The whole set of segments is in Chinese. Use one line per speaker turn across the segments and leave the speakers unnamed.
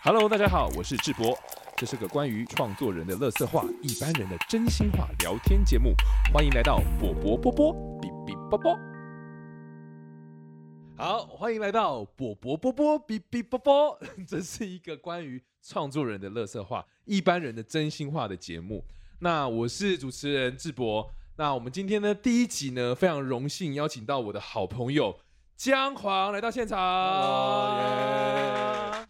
Hello，大家好，我是智博，这是个关于创作人的乐色话、一般人的真心话聊天节目，欢迎来到波波波波比比波波。好，欢迎来到波波波波比比波波， 这是一个关于创作人的乐色话、一般人的真心话的节目。那我是主持人智博。那我们今天呢第一集呢，非常荣幸邀请到我的好朋友姜黄来到现场。
Hello，耶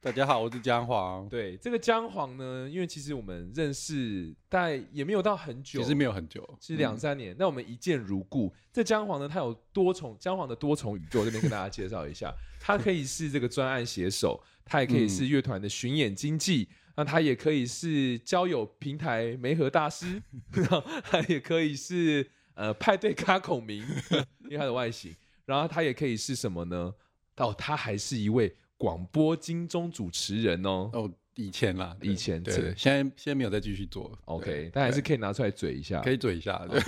大家好，我是姜黄。
对，这个姜黄呢，因为其实我们认识，但也没有到很久，
其实没
有，
有很久，嗯
是两三年。那、我们一见如故。这姜黄呢，它有多重姜黄的多重宇宙，这边跟大家介绍一下，它可以是这个专案写手，它也可以
嗯
是乐团的巡演经纪。那它也可以是交友平台媒合大师，然后它也可以是呃派对咖孔明，因为它的外形。然后它也可以是什么呢？哦，它还是一位广播金钟主持人哦。
嗯哦，以前啦，对
以前
对，
是
对现在现在没有再继续做。
OK，
对
但还是可以拿出来嘴一下。
可以嘴一下，对，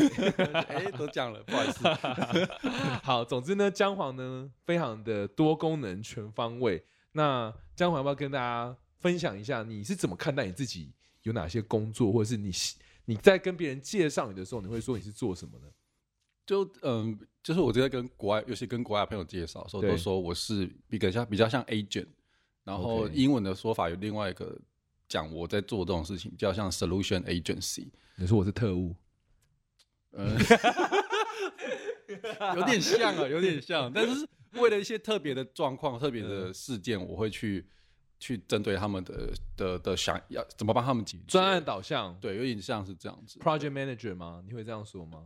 哎，都讲了，不好意思。
好，总之呢，姜黄呢非常的多功能、全方位。那姜黄要不要跟大家分享一下，你是怎么看待你自己有哪些工作，或者是你喜你在跟别人介绍你的时候，你会说你是做什么呢？
就嗯，就是我直接跟国外，尤其跟国外朋友介绍的时候，
对
都说我是比较像比较像 agent，然后
OK
英文的说法有另外一个讲，我在做这种事情比较像 solution agency，
你说我是特务，
呃， 有点像啊，有点像，但是为了一些特别的状
嗯
况、特别的事件，我会去去针对他们的的的想要怎么帮他们解决
专案，导向，
对，有点像是这样子，
，project manager 吗？你会这样说吗？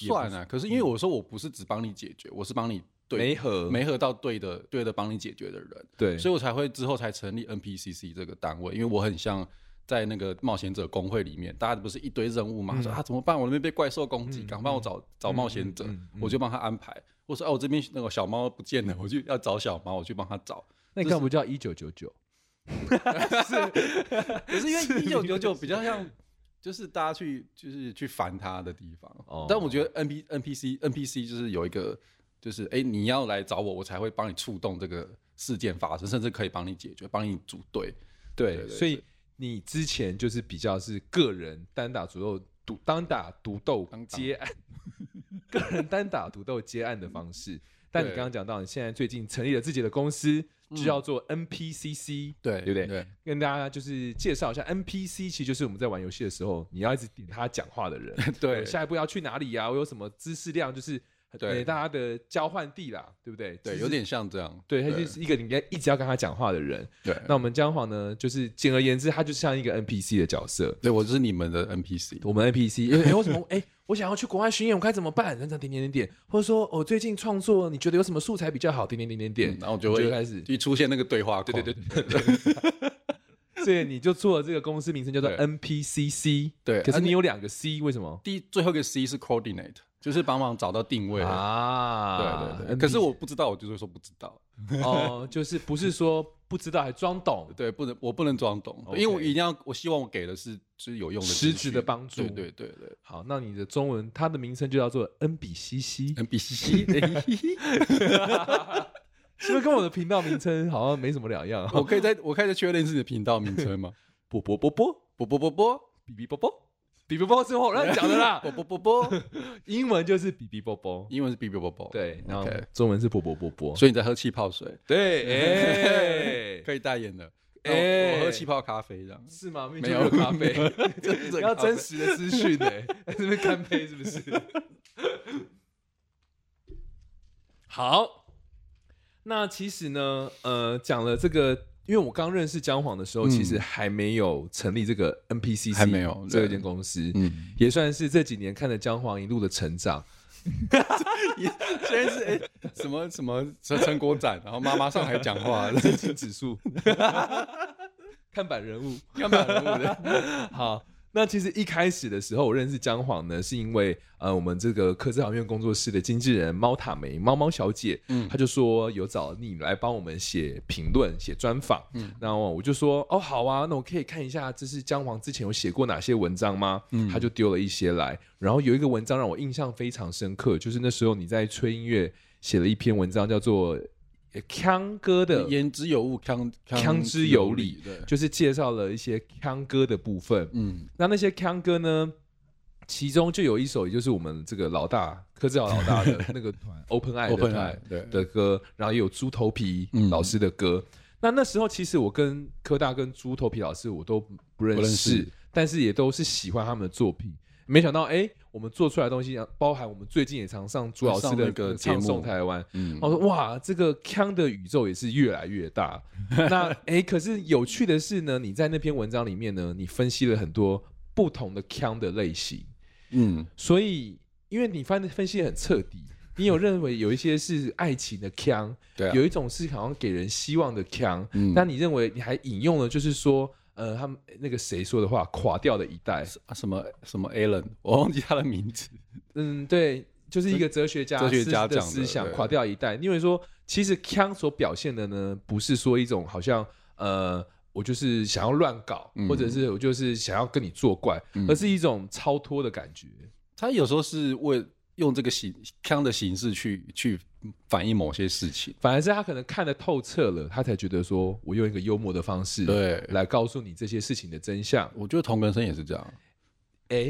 也不
算啊。可是因为我说我不是只帮你解决，我是帮你
嗯媒
对
合，
没合到对的对的帮你解决的人，
对，
所以我才会之后才成立 NPCC 这个单位，因为我很像在那个冒险者工会里面，大家不是一堆任务嘛，
嗯
说啊怎么办？我那边被怪兽攻击，
嗯
赶快帮我找找冒险者
嗯嗯嗯，
我就帮他安排。我说哦，我这边那个小猫不见了，我就要找小猫，我去帮他找。
那你干嘛不叫一九九九？
可是因为一
是
九九九比较像，就是大家去就是去烦他的地方。
哦
但我觉得 N P N P C N P C 就是有一个，就是哎、诶你要来找我，我才会帮你触动这个事件发生，甚至可以帮你解决，帮你组队。
对，
对对
所以你之前就是比较是个人单打独斗、独单打独斗
单打
接案， 个人单打独斗接案的方 式。但你刚刚讲到，你现在最近成立了自己的公司，
嗯
就叫做 NPCC，、
对
对不对？
对
跟大家就是介绍一下，NPC 其实就是我们在玩游戏的时候，你要一直点他讲话的人。
对
下一步要去哪里呀、啊我有什么知识量？就是
对
呃大家的交换地啦，对不对？
对，
其实
有点像这样。
对，他就是一个你要一直要跟他讲话的人。
对。
那我们姜黄呢，就是简而言之，他就像一个 NPC 的角色。
对，我就是你们的 NPC。
我们 NPC，哎、为什么？哎、我想要去国外巡演，我该怎么办？等等点点点点，或者说，我、哦最近创作，你觉得有什么素材比较好？点点点点点，
然嗯后我就会
开始。
一出现那个对话
对
框，
对
对
对对。所以你就做了这个公司名称叫做
对
NPCC，
对
可
啊
是
你
你有两个 C，为什么
第一最后一个 C 是 coordinate，就是帮忙找到定位。
啊
对对对，可是我不知道，我就会说不知道。
哦，就是不是说不知道还装懂，
对，不能，我不能装懂，
OK
因为我一定要，我希望我给的是就是有用的
实
资
质
讯
的帮助。
对对对对
好，那你的中文它的名称就叫做 NBCC，
，NBC，
是不是跟我的频道名称好像没什么两 样？
我可以再我可以再确认是你的频道名称吗？
波波波波，
波波波波，
比比波波，比比波波是我乱讲的啦
波。波 波波，
英文就是比比波波，
英文是 B B 波波。，
对，然后
OK
中文是波波波波。
所以你在喝气泡水，
对，哎，
可以代言的。
哎
哎，我喝气泡咖啡这样。
是吗？没
没
有
有
咖啡，
真正
要
咖啡
真 实的资讯呢，在这边干杯是不 是？好，那其实呢，呃，讲了这个，因为我刚认识姜黄的时候，
嗯
其实还没有成立这个 NPCC，
还没有
这
对
间公司，
嗯。
也算是这几年看着姜黄一路的成长。
你现在是哎、什么什么成成果展，然后妈妈上台讲 话，
震惊指数，看板人物。
干嘛人物的？
好，那其实一开始的时候，我认识姜黄呢，是因为呃，我们这个科技航院工作室的经纪人猫塔梅猫猫小姐，嗯，她就说有找你来帮我们写评论、写专访，嗯，然后我就说哦，好啊，那我可以看一下，这是姜黄之前有写过哪些文章吗？嗯，她就丢了一些来，然后有一个文章让我印象非常深刻，就是那时候你在吹音乐写了一篇文章，叫做。腔歌的
言之有物，腔
腔之有理
对，
就是介绍了一些腔歌的部分。
嗯，
那那些腔歌呢，其中就有一首，也就是我们这个老大柯志豪老大 的那个团 Open Eye 的
Open Eye，
团
对
的歌，然后也有猪头皮
嗯
老师的歌。那那时候其实我跟柯大跟猪头皮老师我都不认
不认
识
识，
但是也都是喜欢他们的作品。没想到，哎、我们做出来的东西，包含我们最近也常上朱老师
上
的
那个节
唱
目
诵台湾，
嗯
我说哦哇，这个腔的宇宙也是越来越大。 那哎、诶可是有趣的是呢，你在那篇文章里面呢，你分析了很多不同的腔的类型，
嗯，
所以因为你分分析得很彻底，你有认为有一些是爱情的腔，
对啊，
有一种是好像给人希望的腔，
嗯
但你认为你还引用了就是说。呃，他们那个谁说的话，垮掉的一代，
啊什么什么 Alan，我忘记他的名字，
嗯，对，就是一个哲学家
哲学家
思的
讲的
思想
对
垮掉一代。因为说，其实康所表现的呢，不是说一种好像呃，我就是想要乱搞，
嗯
或者是我就是想要跟你作怪，而是一种超脱的感觉。
他有时候是为用这个形腔的形式去去反映某些事情，
反而是他可能看得透彻了，他才觉得说我用一个幽默的方式
对，
来告诉你这些事情的真相。
我觉得同根生也是这样，
哎、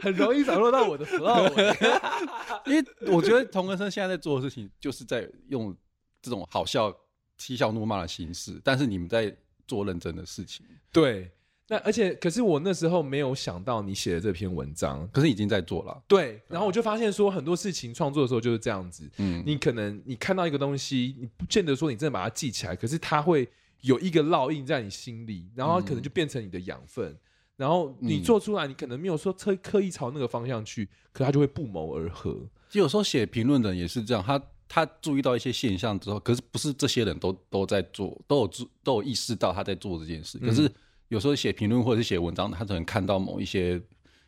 很容易掌握到我的 flow 欸、
因为我觉得同根生现在在做的事情，就是在用这种好笑、嬉笑怒骂的形式，但是你们在做认真的事情，
对，那而且可是我那时候没有想到你写的这篇文章，
可是已经在做了，
对，然后我就发现说，很多事情创作的时候就是这样子。
嗯，
你可能你看到一个东西，你不见得说你真的把它记起来，可是它会有一个烙印在你心里，然后它可能就变成你的养分。然后你
嗯
做出来，你可能没有说特刻意朝那个方向去，可它就会不谋而合。
就有时候写评论的人也是这样，他他注意到一些现象之后，可是不是这些人都都在做，都有注都有意识到他在做这件事。
嗯
可是有时候写评论或者是写文章，他可能看到某一些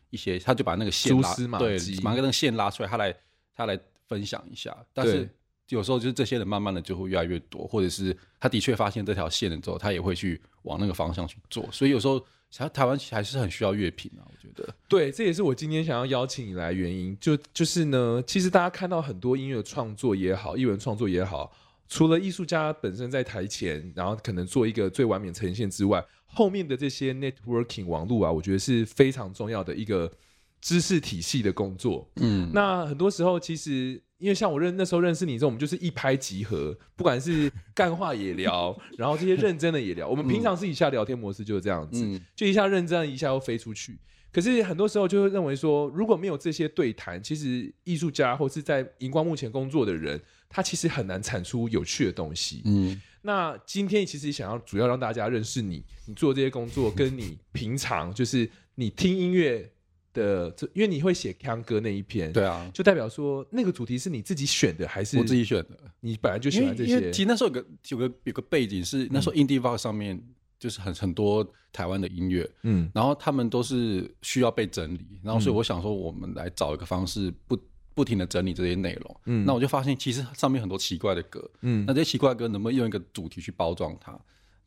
一些，他就把那个线
蛛
拉
丝马
对
迹，
把那个线拉出来，他来他来分享一下。但是
对
有时候就是这些人慢慢的就会越来越多，或者是他的确发现这条线了之后，他也会去往那个方向去做。所以有时候台台湾还是很需要乐评啊，我觉得。
对，这也是我今天想要邀请你来的原因。就就是呢，其实大家看到很多音乐创作也好，艺文创作也好，除了艺术家本身在台前，然后可能做一个最完美呈现之外，后面的这些 networking 网络啊，我觉得是非常重要的一个知识体系的工作。
嗯，
那很多时候，其实因为像我认那时候认识你之后，我们就是一拍即合，不管是干话也聊，然后这些认真的也聊。我们平常私底下聊天模式就是这样子，
嗯
就一下认真，一下又飞出去。可是很多时候就会认为说，如果没有这些对谈，其实艺术家或是在荧光幕前工作的人，他其实很难产出有趣的东西。
嗯
那今天其实想要主要让大家认识你，你做这些工 作，跟你平常就是你听音乐的，这因为你会写腔歌那一篇，
对啊，
就代表说那个主题是你自己选的，还是
我自己选的。
你本来就喜
因
欢
为
这
因为其
些？嗯
实那时候有个有个有个背景是那时候 indie rock 上面就是很很多台湾的音乐，
嗯
然后他们都是需要被整理，然后所以我想说我们来找一个方式不不停的整理这些内容。
嗯
那我就发现其实上面很多奇怪的歌，
嗯
那这些奇怪的歌能不能用一个主题去包装它？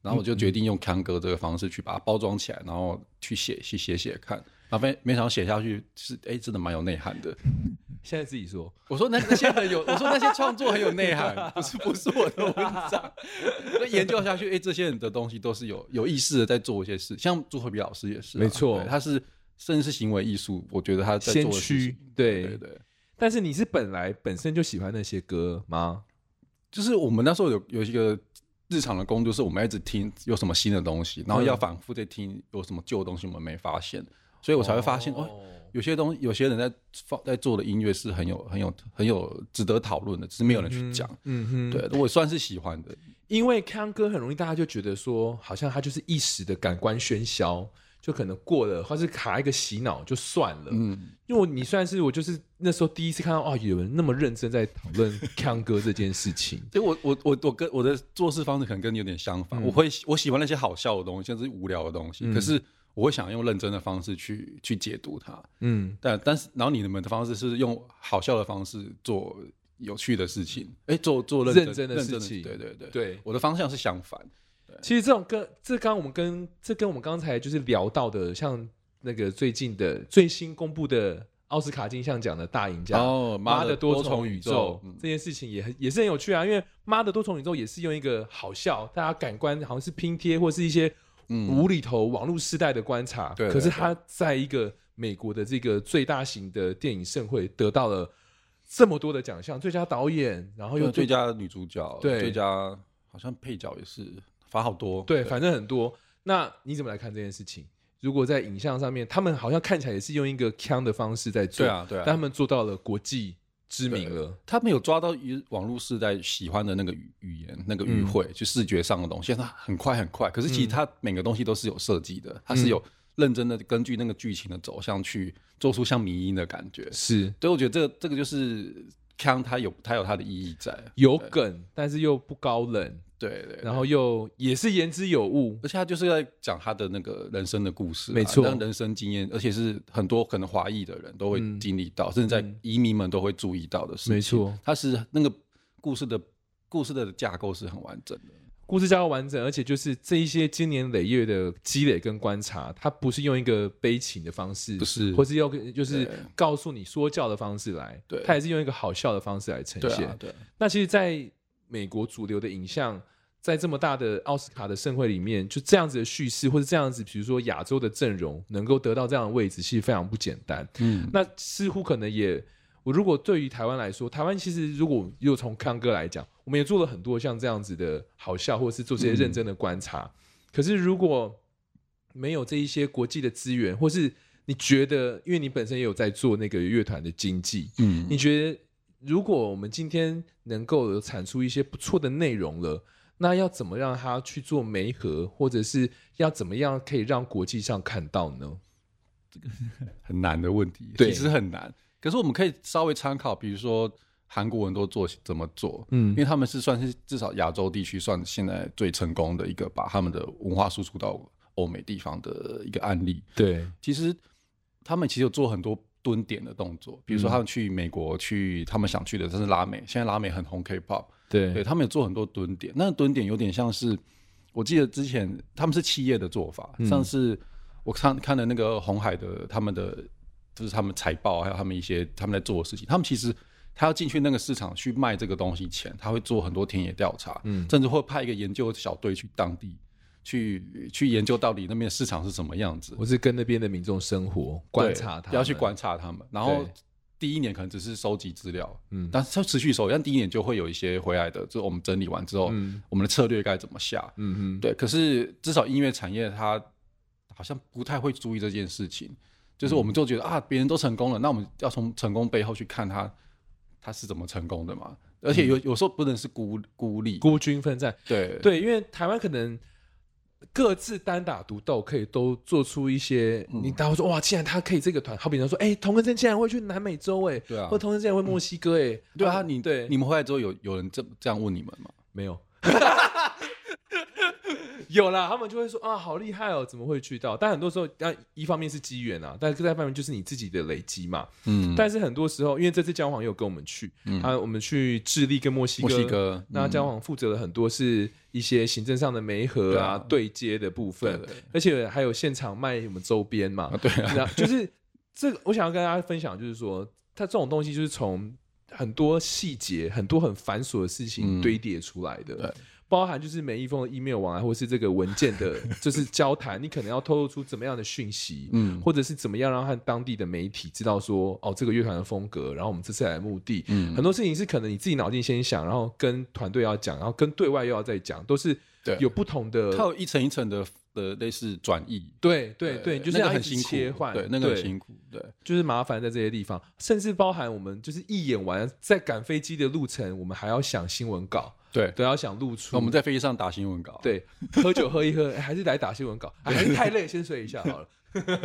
然后我就决定用康歌这个方式去把它包装起来，然后去写去写写看。然后没没想到写下去是哎真的蛮有内涵的。
现在自己说，
我说那那些很有，我说那些创作很有内涵， 不是不是我的文 章。那研究下去，哎、这些人的东西都是有有意识的在做一些事，像朱慧比老师也是啊、
没错
对他是甚至是行为艺术，我觉得他在做的事情
先驱对
对对，
但是你是本来本身就喜欢那些歌吗？
就是我们那时候有有一个日常的工作，是我们一直听有什么新的东西，然后要反复在听有什么旧的东西我们没发现，所以我才会发现哦有些东有些人在放在做的音乐是很有很有很有值得讨论的，只是没有人去讲。
嗯哼，
对，我算是喜欢的。
因为康歌很容易大家就觉得说，好像他就是一时的感官喧嚣，就可能过了，或是卡一个洗脑就算了。
嗯，
因为我你算是我就是那时候第一次看到哦，有人那么认真在讨论康歌这件事情。
所以我我我我跟我的做事方式可能跟你有点相
嗯
反。我会我喜欢那些好笑的东西，甚至无聊的东西，可是我会想用认真的方式去去解读它。
嗯，
但但是，然后你们的方式是用好笑的方式做有趣的事情，哎，做做认
认真的事情
对对对
对
我的方向是相反。
其实这种跟这刚我们跟这跟我们刚才就是聊到的，像那个最近的最新公布的奥斯卡金像奖的大赢家。
哦，
妈
的
的多重宇
宙
宙，
嗯
这件事情也很也是很有趣啊，因为妈的多重宇宙也是用一个好笑，大家感官好像是拼贴或是一些无厘头网络世代的观察，
嗯对对
可是他在一个美国的这个最大型的电影盛会得到了这么多的奖项，最佳导演，然后又
有最佳女主角，
哎对
最佳好像配角也是，反好多，
对，反正很多。那你怎么来看这件事情？如果在影像上面，他们好像看起来也是用一个腔的方式在做，
对啊对啊，
但他们做到了国际知名了。
他们有抓到一网络世代喜欢的那个语语言、那个语汇，就视觉上的东西。它很快很快，可是其实它每个东西都是有设计的，它是有认真的根据那个剧情的走向去做出像迷音的感觉。
是
对，我觉得这个这个就是康，它有它有它的意义在。
有梗，但是又不高冷，
对对，
然后又也是言之有物。
而且他就是在讲他的那个人生的故事啊、
没错
让人生经验，而且是很多可能华裔的人都会经历到，甚至在移民们都会注意到的事
嗯
情。
没错，
它是那个故事的故事的架构是很完整的。
故事架构完整，而且就是这一些经年累月的积累跟观察，它不是用一个悲情的方式，
不是
或是用就是
对
告诉你说教的方式来，
对
它也是用一个好笑的方式来呈现。
对啊，
那其实，在美国主流的影像，在这么大的奥斯卡的盛会里面，就这样子的叙事，或者这样子，比如说亚洲的阵容能够得到这样的位置，其实非常不简单。
嗯，
那似乎可能也，我如果对于台湾来说，台湾其实如果又从康哥来讲，我们也做了很多像这样子的好笑，或者是做这些认真的观察。可是如果没有这一些国际的资源，或是你觉得，因为你本身也有在做那个乐团的经济，
嗯，
你觉得，如果我们今天能够有产出一些不错的内容了，那要怎么让它去做媒合，或者是要怎么样可以让国际上看到呢？
很难的问题，
对
其实很难。可是我们可以稍微参考，比如说韩国人都做怎么做，
嗯，
因为他们是算是至少亚洲地区算现在最成功的一个把他们的文化输出到欧美地方的一个案例。
对，
其实他们其实有做很多蹲点的动作，比如说
嗯
他们去美国去他们想去的，甚至拉美，现在拉美很红 K-pop，
对
对他们有做很多蹲点，那个蹲点有点像是，我记得之前他们是企业的做法，
嗯
像是我看看了那个红海的他们的就是他们财报，还有他们一些他们在做的事情，他们其实。他要进去那个市场去卖这个东西前，他会做很多田野调查，
嗯
甚至会派一个研究小队去当地，去去研究到底那边的市场是什么样子。
我是跟那边的民众生活，观察他，
对要去，观察他们。然后
对
第一年可能只是收集资料，
嗯
但是它持续收集，但第一年就会有一些回来的，就是我们整理完之后，
嗯
我们的策略该怎么下。
嗯哼，
对，可是至少音乐产业它好像不太会注意这件事情，
嗯
就是我们就觉得、啊，别人都成功了，那我们要从成功背后去看他他是怎么成功的嘛。而且有、有时候不能是孤孤立，
孤军奋战，
对
嗯对，因为台湾可能各自单打独斗，可以都做出一些，你大家会说哇，竟然他可以这个团，好比人家说，哎、童根生竟然会去南美洲、哎，
对啊
或童根生竟然会墨西哥、哎、
对啊，你
对
你们回来之后有有人这这样问你们吗？
没 有。有啦，他们就会说啊，好厉害哦，怎么会去到？但很多时候，但一方面是机缘啊，但是在方面就是你自己的累积嘛。
嗯，
但是很多时候，因为这次姜黄也有跟我们去，啊，我们去智利跟墨西哥，
墨西哥嗯
那姜黄负责了很多是一些行政上的媒合啊、对接的部分，而且还有现场卖我们周边嘛，
啊，对啊，
那就是这个，我想要跟大家分享，就是说，它这种东西就是从很多细节、很多很繁琐的事情
嗯
堆叠出来的，
对
包含就是每一封的 email 往来，或是这个文件的，就是交谈，你可能要透露出怎么样的讯息，
嗯
或者是怎么样让和当地的媒体知道说，哦，这个乐团的风格，然后我们这次来的目的，
嗯
很多事情是可能你自己脑筋先想，然后跟团队要讲，然后跟对外又要再讲，都是
对
有不同的
它。有一层一层的的类似转译，
对对对，你就是
那
要
个
一
很
直
辛苦，
切换，
对，那个很辛苦，对，
就是麻烦在这些地方，甚至包含我们就是一演完，在赶飞机的路程，我们还要想新闻稿，
对。
都要想露出。
那我们在飞机上打新闻稿，
对喝酒喝一喝，哎还是来打新闻稿，哎还是太累，先睡一下好了。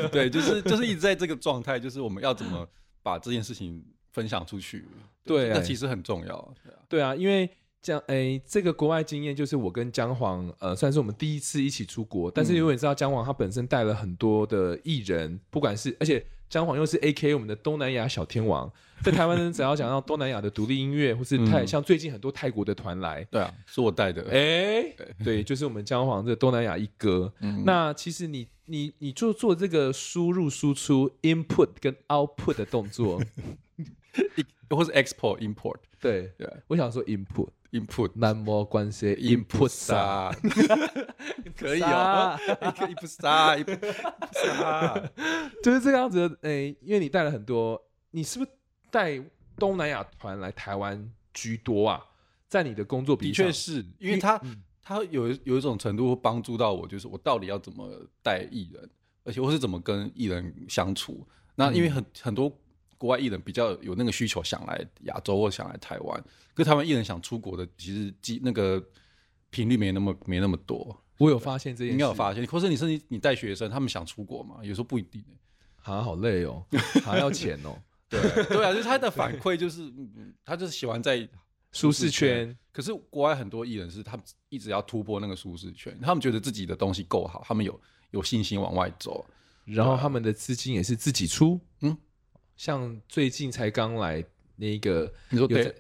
对，就是就是一直在这个状态，就是我们要怎么把这件事情分享出去，
对
那其实很重要，对啊
对啊，因为江哎，这个国外经验就是我跟姜黄，呃，算是我们第一次一起出国，但是因为你知道姜黄他本身带了很多的艺人，不管是而且姜黄又是 A K 我们的东南亚小天王，在台湾呢，只要讲到东南亚的独立音乐，或是泰、
嗯
像最近很多泰国的团来，
对啊，是我带的，
哎、对，就是我们姜黄这东南亚一哥。那其实你你你就做这个输入输出 input 跟 output 的动作，
或是 export import
对
Yeah
我想说 input
input
南无关系
input
input 啥？
杀， 可以哦，一个 input 杀，input 杀，
就是这个样子的。诶、因为你带了很多，你是不是带东南亚团来台湾居多啊？在你的工作比
的
例上
确是因为嗯他他有一有一种程度会帮助到我，就是我到底要怎么带艺人，而且我是怎么跟艺人相处。那因为很很多国外艺人比较有那个需求，想来亚洲或想来台湾，可是台湾艺人想出国的，其实机那个频率没那么没那么多。
我有发现这件事，
应该有发现，或是你甚至你带学生，他们想出国嘛，有时候不一定欸、
啊，好累哦，还要钱哦，
对对啊，就是他的反馈就是，嗯嗯他就是喜欢在。
舒
适
适圈。
可是国外很多艺人是他们一直要突破那个舒适圈，他们觉得自己的东西够好，他们有有信心往外走。
然后他们的资金也是自己出，
嗯，
像最近才刚来那个，
你说
有
对
在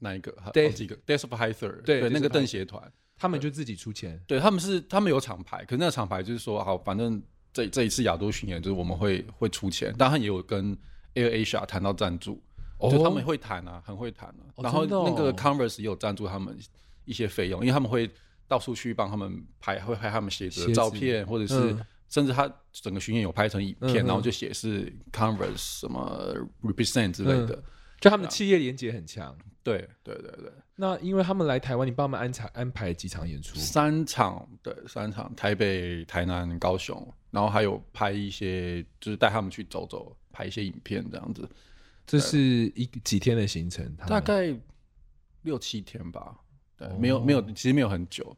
哪一个？好
对
几个 d e s p h i t h e r
对
对，那
Death
个
by
邓协团，
他们就自己出钱，
对他们是他们有厂牌，可是那个厂牌就是说，好，反正这这一次亚洲巡演就是我们会会出钱，当然也有跟 Air Asia 谈到赞助，
哦
就他们会谈啊，很会谈啊。
哦
然后
真的哦
那个 Converse 也有赞助他们一些费用，因为他们会到处去帮他们拍，会拍他们鞋子
鞋子
的照片，或者是
嗯
甚至他整个巡演有拍成影
嗯
片，
嗯
然后就写是 Converse 什么 Represent 之类
嗯
的。
就他
啊
们的企业连接很强。
对对对对，
那因为他们来台湾，你帮他们安排安排几场演出，
三场对三场，台北、台南、高雄，然后还有拍一些，就是带他们去走走，拍一些影片这样子，
这是一几天的行程，他们
大。概六七天吧。对，
哦
没有没有，其实没有很久。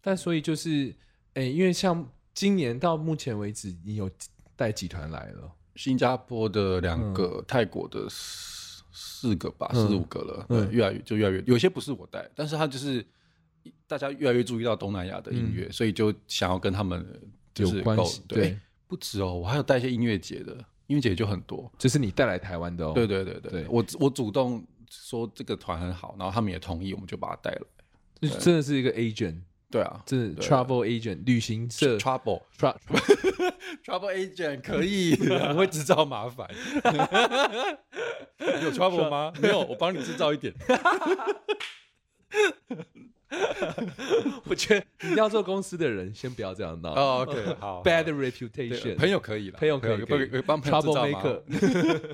但所以就是，哎，因为像今年到目前为止，你有带几团来了？
新加坡的两个，泰国的四四个吧，
嗯
四五个了，
嗯
对，越来越就越来越，有些不是我带，但是他就是大家越来越注意到东南亚的音乐，所以就想要跟他们就
嗯
是
有关系
够
对
对，不止哦，我还有带一些音乐节的，音乐节就很多，
这是你带来台湾的哦。
对，对对
对
对，我我主动说这个团很好，然后他们也同意，我们就把它带了。
这真的是一个 agent，
对啊
这
对
travel agent 旅行社
Trouble
tra
Trouble Agent 可以，不会制造麻烦。 你有 Trouble 吗？没有，我帮你制造一 点。
我觉得 你要做公司的人，先不要这样闹。
哦 OK，好
bad
对
reputation，
朋友可以了，
朋友可以可以
帮帮朋友制
trouble
造麻
maker
烦。。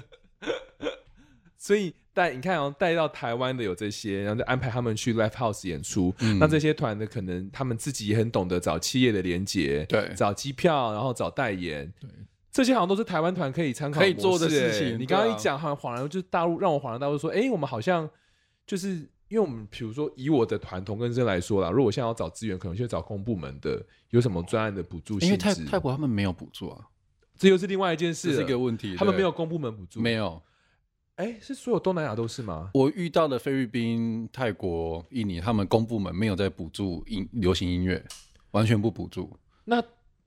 所以带你看哦，带到台湾的有这些，然后就安排他们去 live house 演出。
嗯
那这些团的可能他们自己也很懂得找企业的连接，
对
找机票，然后找代言，
对，
这些好像都是台湾团可以参考
可以做的
模式欸
事情
你
对
刚
啊
刚一讲，好像恍然就是大陆让我恍然大悟，说，哎，我们好像就是因为我们比如说以我的团同根生来说啦，如果我现在要找资源，可能就会找公部门的有什么专案的补助
因为
性
泰
质，
泰国他们没有补助啊，
这又是另外一件事
这
了，
是一个问题。
他们
对
没有公部门补助，
没有，
哎，是所有东南亚都是吗？
我遇到的菲律宾、泰国、印尼，他们公部门没有在补助音流行音乐，完全不补助。
那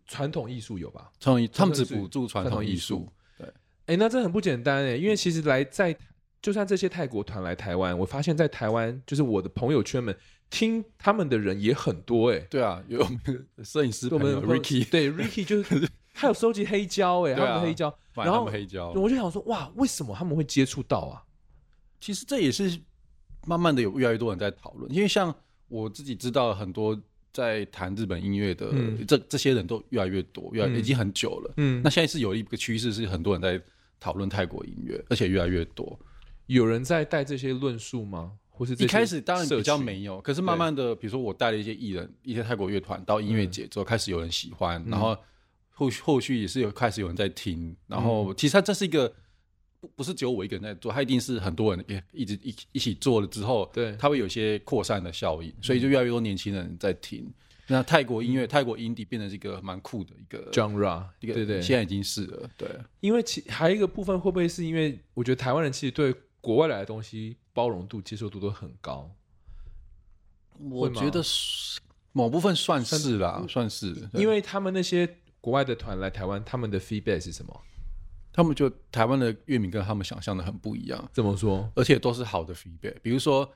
传统艺术有吧？
创意，他们只
是
补助传
传
统
统艺
艺
术
术。
哎，那这很不简单哎，因为其实来在就算这些泰国团来台湾，我发现在台湾就是我的朋友圈们听他们的人也很多哎，
对啊，有我们的摄影师
我
朋
们
友 Ricky，
对 Ricky 就是他有收集黑胶哎，他
对啊
们的黑胶，
买
然
他
后
们黑胶。
我就想说哇，为什么他们会接触到啊？
其实这也是慢慢的有越来越多人在讨论，因为像我自己知道很多在谈日本音乐的、
嗯
这这些人都越来越多，越来、
嗯
已经很久了。
嗯
那，现在是有一个趋势是很多人在讨论泰国音乐，而且越来越多。
有人在带这些论述吗？或是这
一
些
开始当然
社
比较
群
没有，可是慢慢的，比如说我带了一些艺人、一些泰国乐团到音乐节之后，开始有人喜欢，
嗯
然后后续后续也是有开始有人在听，然
嗯
后其实它这是一个不不是只有我一个人在做，它一定是很多人也一直一一起做了之后，
对嗯
它会有一些扩散的效应，所以就越来越多年轻人在听。那泰国音乐、泰国 indie 变成是一个蛮酷的一个
genre，
一个
对对，
现在已经是了，对，
因为其还有一个部分，会不会是因为我觉得台湾人其实对国外来的东西包容度、接受度都很高，
我
吗
觉得是某部分算嗯是啦，算是，对
因为他们那些国外的团来台湾，他们的 feedback 是什么？
他们就台湾的乐迷跟他们想象的很不一样，
怎么说？
而且都是好的 feedback。比如说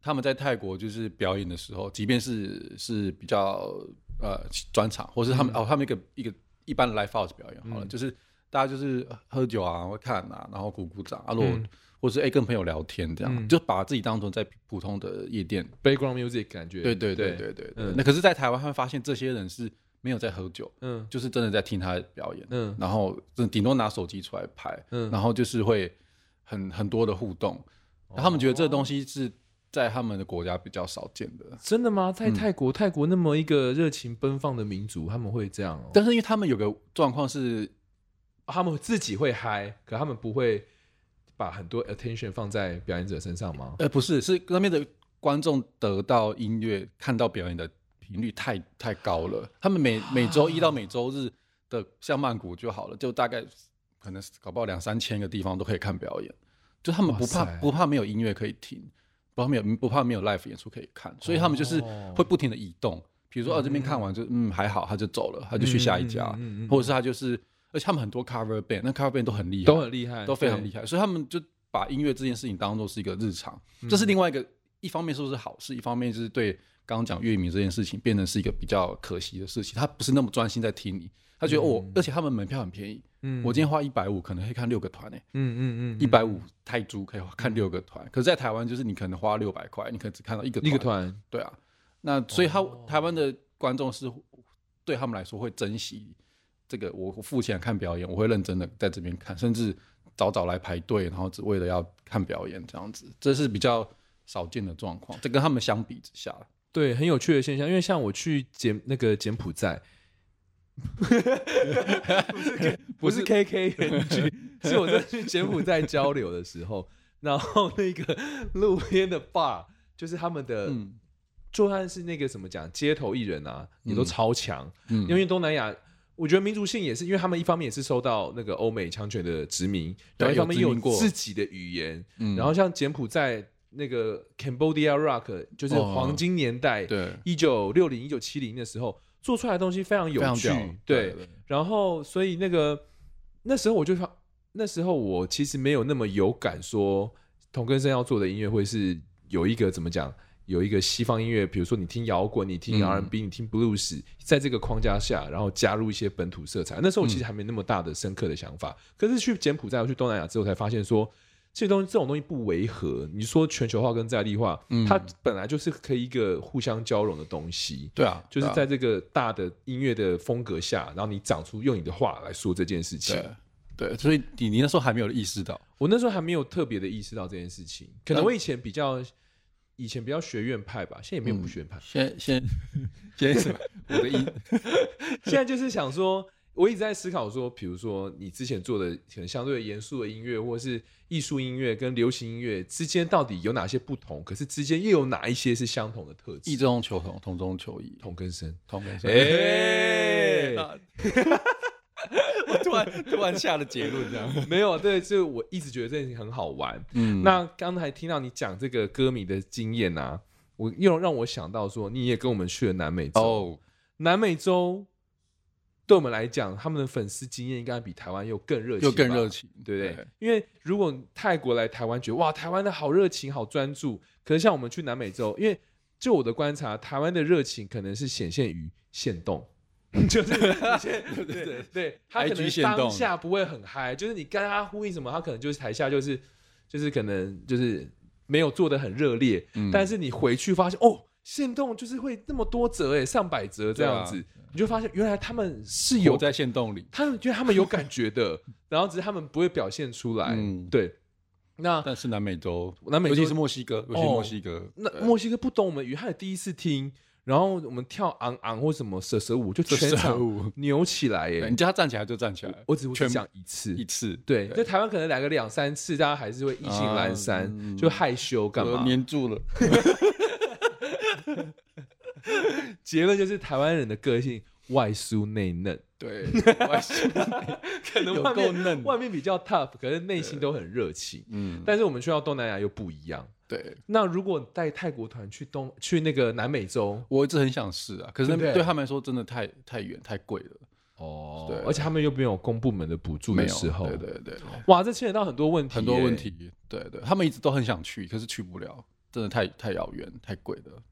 他们在泰国就是表演的时候，即便是是比较呃专场，或是他们、哦他们一个一个一般的 live house 表演好了，
嗯
就是大家就是喝酒啊，会看啊，然后鼓鼓掌啊，如果、
嗯
或是哎、跟朋友聊天这样，
嗯
就把自己当成在普通的夜店。
background music 感觉，
对对对对对对。
嗯
那可是，在台湾会发现这些人是没有在喝酒，
嗯
就是真的在听他的表演，
嗯
然后真的顶多拿手机出来拍，
嗯，
然后就是会很很多的互动，然后他们觉得这个东西是在他们的国家比较少见的。
真的吗？
嗯
在泰国，泰国那么一个热情奔放的民族，他们会这样哦？
但是因为他们有个状况是，
哦他们自己会嗨，可他们不会把很多 attention 放在表演者身上吗？
呃，不是，是那边的观众得到音乐、看到表演的频率太太高了。他们每每周一
啊
到每周日的，像曼谷就好了，就大概可能搞不好两三千个地方都可以看表演。就他们不怕
哇塞
不怕没有音乐可以听，不怕没有不怕没有 live 演出可以看，所以他们就是
哦
会不停的移动。比如说，哦，这边看完就嗯还好，他就走了，他呃就去下一家，
嗯嗯嗯嗯嗯
或者是他就是，而且他们很多 cover band，那 cover band 都很厉害，
都很厉害，
都非常厉
害。
害，所以他们就把音乐这件事情当做是一个日常，
嗯
这是另外一个，一方面说是好事，一方面就是对刚刚讲乐迷这件事情变成是一个比较可惜的事情，他不是那么专心在听你，他觉得、哦，而且他们门票很便宜，
嗯
我今天花一百五可能可以看六个团诶、
嗯嗯嗯，
一百五泰铢可以看六个团，可是在台湾就是你可能花六百块，你可能只看到一个
一个团
对啊，那所以他、
哦
台湾的观众是对他们来说会珍惜这个，我我付钱看表演，我会认真的在这边看，甚至早早来排队，然后只为了要看表演这样子，这是比较少见的状况。这跟他们相比之下，
对，很有趣的现象，因为像我去柬那个柬埔 寨，不是 K 不是 KK 园区， 是我在去柬埔寨交流的时候，然后那个路边的 bar 就是他们的，
嗯
就算是那个怎么讲，街头艺人啊，也都超强，
嗯
因为东南亚。我觉得民族性也是，因为他们一方面也是受到那个欧美强权的殖民，然
对
后一方面
有殖
又
民过
自己的语言，
嗯
然后像柬埔寨那个 Cambodia Rock，就是
哦
黄金年代，
对
一九六零、一九七零的时候做出来的东西非常有
非常
趣
屌，
对。
对
然后，所以那个那时候我就发那时候我其实没有那么有感说同根生要做的音乐会是有一个怎么讲，有一个西方音乐，比如说你听摇滚，你听
嗯
R&B，、你听 blues，在这个框架下，然后加入一些本土色彩。那时候我其
嗯
实还没那么大的深刻的想法，可是去柬埔寨、去东南亚之后才发现说。这些东西，这种东西不违和。你说全球化跟在地化，
嗯
它本来就是可以一个互相交融的东西。
对啊，
就是
对
在
啊
这个大的音乐的风格下，然后你长出用你的话来说这件事情。
对对，所以你你那时候还没有意识到，
我那时候还没有特别的意识到这件事情，可能我以前比较以前比较学院派吧，现在也
嗯
没有不学院派，
先 先先什么？我的意
现在就是想说。我一直在思考说，比如说你之前做的可能相对严肃的音乐，或是艺术音乐跟流行音乐之间到底有哪些不同？可是之间又有哪一些是相同的特
意
质？
中求同，同中求异，
同根生，
同根生。
哎
我突然突然下了结论，这样。
没有对，就我一直觉得这件事情很好玩。
嗯
那刚才听到你讲这个歌迷的经验啊，我又让我想到说，你也跟我们去了南美洲。
哦，
南美洲对我们来讲，他们的粉丝经验应该比台湾又更热情，
又更热，情，
对不对？因为如果泰国来台湾，觉得哇，台湾的好热情、好专注，可是像我们去南美洲，因为就我的观察，台湾的热情可能是显现于现动。 就是你先
对对
对对，他可
IG
能
限
当
动
下不会很嗨，就是你跟他呼应什么，他可能就是台下就是就是可能就是没有做的很热烈，
嗯
但是你回去发现哦，限动就是会那么多折哎，上百折这样子，
对
你就发现原来他们是
有
有
在线动里，
他们觉得他们有感觉 的，然后只是他们不会表现出来。
嗯
对，那
但是南美洲，
南美
尤
洲哦
其是墨西哥，尤其是墨西哥，
那墨西哥不懂我们语，他也第一次听，然后我们跳昂昂或什么蛇蛇舞，就全场
舞，
扭起来
对
耶
你！叫他站起来就站起来，
我只我只
全
讲一次
一。次，
对，在台湾可能来个两三次，大家还是会意兴阑珊，
啊嗯
就害羞干嘛
我？黏 住了，
结论就是台湾人的个性外酥内嫩，
对，我还是
可能外
有够嫩
面外面比较 tough，可是内心都很热情。
嗯，
但是我们去到东南亚又不一样，
对。
那如果带泰国团去东去那个南美洲，
我一直很想试啊，可是
对
那
不对
对他们来说真的太太远太贵了，
哦
对
而且他们又没有公部门的补助
没
的
有
时候，
对对对，对
哇，这牵扯到很多问题，
很多问。题，对对，他们一直都很想去，可是去不了，真的太太遥远，太贵了。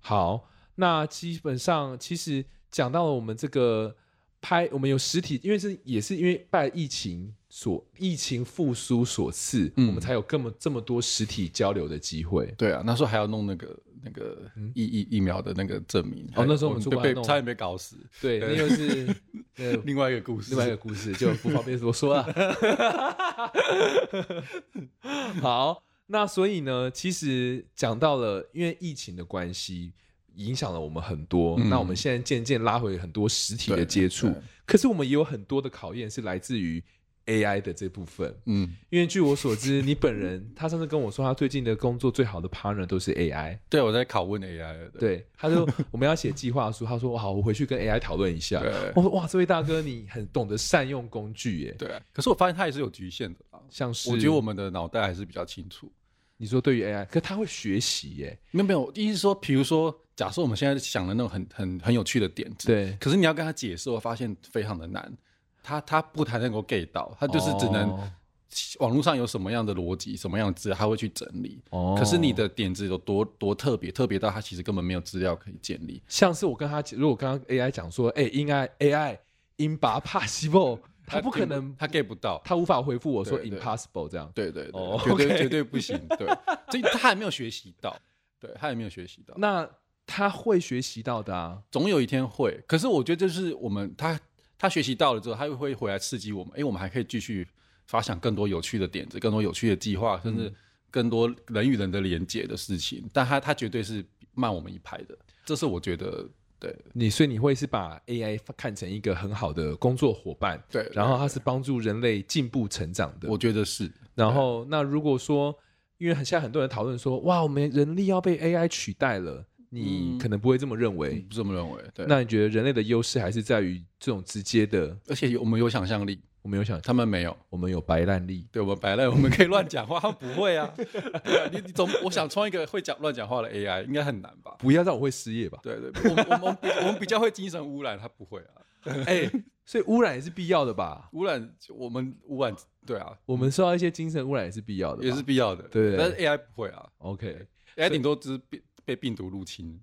好，那基本上其实讲到了我们这个拍，我们有实体，因为是也是因为拜疫情所疫情复苏所赐，
嗯
我们才有这么这么多实体交流的机会。
对啊，那时候还要弄那个那个疫疫疫苗的那个证明。
嗯哦那时候我们主
被
管
被
弄
差点被搞死，
对，那又是那
另外一个故事。
另外一个故事，就不方便多说了。 好，那所以呢，其实讲到了，因为疫情的关系，影响了我们很多。
嗯
那我们现在渐渐拉回很多实体的
对
接触
对，
可是我们也有很多的考验是来自于 AI 的这部分。
嗯，
因为据我所知，你本人他上次跟我说，他最近的工作最好的 partner 都是 AI。
对，我在拷问 AI 了。
对，他说我们要写计划书，他说哇好，我回去跟 AI 讨论一下。
对
我说哇，这位大哥你很懂得善用工具耶，
对啊，可是我发现它也是有局限的啦。
像是
我觉得我们的脑袋还是比较清楚。
你说对于 AI，可他会学习耶，
没有没有，意思是说，比如说，假设我们现在想的那种很很很有趣的点子，
对，
可是你要跟他解释，我发现非常的难。他他不太能够 get 到，他
他
就是只能网络上有什么样的逻辑、什么样的资料，他会去整理。
哦
可是你的点子有多多特别，特别到他其实根本没有资料可以建立。
像是我跟他，如果刚刚 AI 讲说，哎、因 i AI 因拔帕西 e 他不可能，
他 get 不到。
他无法回复我说
对对
impossible 这样。
对对对，
哦
绝对
OK
绝对不行。对，这他还没有学习 到，对他还没有学习到。
那他会学习到的啊，
总有一天会。可是我觉得就是我们他他学习到了之后，他又会回来刺激我们，因为我们还可以继续发想更多有趣的点子，更多有趣的计划，
嗯
甚至更多人与人的连接的事情。但他他绝对是慢我们一拍的，这是我觉得对
你所以你会是把 AI 看成一个很好的工作伙伴，
对
然后它是帮助人类进步成长的
我。觉得是
然后那如果说，因为现在很多人讨论说，哇，我们人力要被 AI 取代了，你
嗯
可能不会这么认为。
不这么认为。对，
那你觉得人类的优势还是在于这种直接的？
而且有我们有想象力，
我们有想，
他们没有。
我们有白烂力，
对我们白烂，我们可以乱讲 话，他们不会啊。对啊你你总我想创一个会讲乱讲话的 AI，应该很难吧？
不要让我会失 业吧？
对对，我们我们我们比我们比较会精神污染，他不会啊。
哎、所以污染也是必要的吧？
污染，我们污染，对啊，
我们受到一些精神污染也是必要的吧，
也是必要的。
对
但是 AI 不会啊
OK。
，AI 顶多只是被被病毒入侵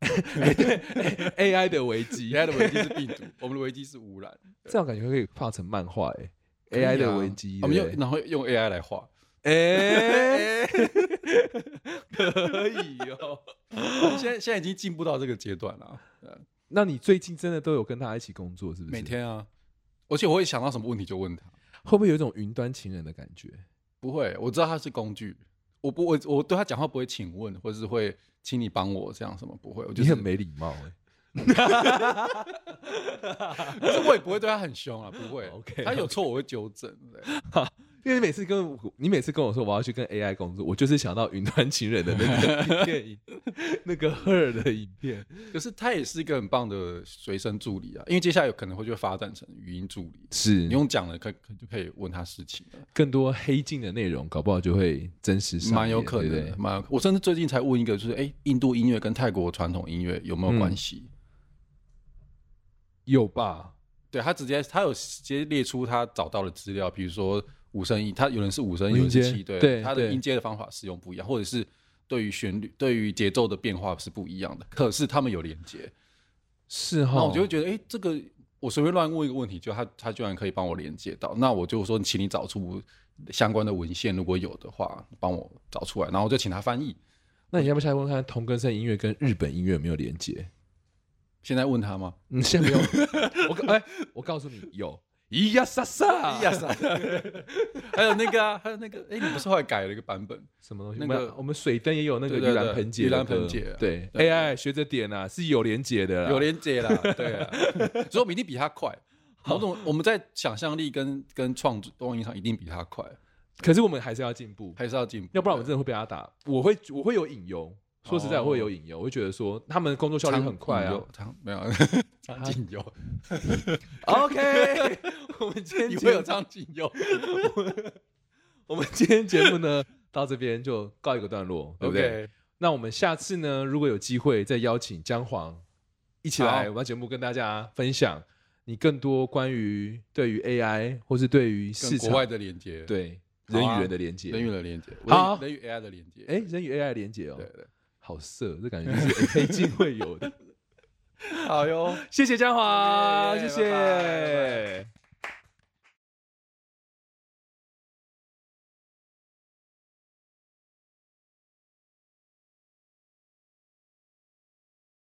AI 的危机，
，AI 的危机是病毒，我们的危机是 污染。
这样感觉可以画成漫画哎、
可以啊
AI 的危机，
我们
对不
用
对
然后用 AI 来画，
哎，可以哦。
我们现在现在已经进步到这个阶段了，
那你最近真的都有跟他一起工作，是不是？
每天啊，而且我会想到什么问题就问他，
会不会有一种云端情人的感觉？
不会，我知道他是工具，我不我我对他讲话不会请问，或者是会请你帮我这样什么不会，我就
你
是
很没礼貌哎、
可是我也不会对他很凶啊，不会
哦 OK，
他有错我会纠正，对。
因为你每次跟我你每次跟我说我要去跟 AI 工作，我就是想到云端情人的那个影片， 那个 Her 的影片。
可是它也是一个很棒的随身助理啊，因为接下来有可能会就发展成语音助理，
是
你用讲了可可就可以问他事情了，
更多黑镜的内容，搞不好就会真实上演
蛮有可能
对不
的，
对
蛮有可。我甚至最近才问一个，就是哎、诶印度音乐跟泰国传统音乐有
嗯
没有关系？
有吧？
对他直接他有直接列出他找到的资料，比如说五声音，他有人是五声，
五
有
音
人
阶
是七，对，
对
他的
对
音阶的方法使用不一样，或者是对于旋律、对于节奏的变化是不一样的，可是他们有连接。
是哈。
那我就会觉得，哎、这个我随便乱问一个问题，就他他居然可以帮我连接到，那我就说，请你找出相关的文献，如果有的话，帮我找出来，然后我就请他翻译。
那你要不要下一问看同根生音乐跟日本音乐有没有连接？
现在问他吗？
嗯，现在没有。我告哎、我告诉你有。咿哎呀莎莎，
塞！ 还有那个啊，还有那个，哎、你不是后来改了一个版本？
什么东西？
那
我们
个
我们水灯也有那个
对
盂
对
兰
对
盆节
盂
的
兰
歌，
盆节啊
对
对
AI 学着点啊，是有连接的啦，
有连 接啦，对啊，所以我们一定比他快。某种我们在想象力跟跟创作音上一定比他快，
可是我们还是要进步，
还是要进步，
要不然我真的会被他打。我会我会有隐忧，说实在
哦
我会有隐忧，我会觉得说他们工作效率很快啊。，
长 没有张景佑，
OK，我们今天
你
节
会有张景佑。
我们今天节目呢到这边就告一个段落， 对不对
OK
那我们下次呢，如果有机会再邀请姜黄一起来
好
我们节目跟大家分享你更多关于对于 AI 或是对于市
跟
场
国外的连接，，
对
好
人
啊
与人的连接，
人与人的连接，
好
人与人与 AI 的连接，
哎人与 AI 的连接哦
对，对，
好色，这感觉就是黑镜会有的。好哟，
谢谢江华，
耶拜
谢
拜拜
谢。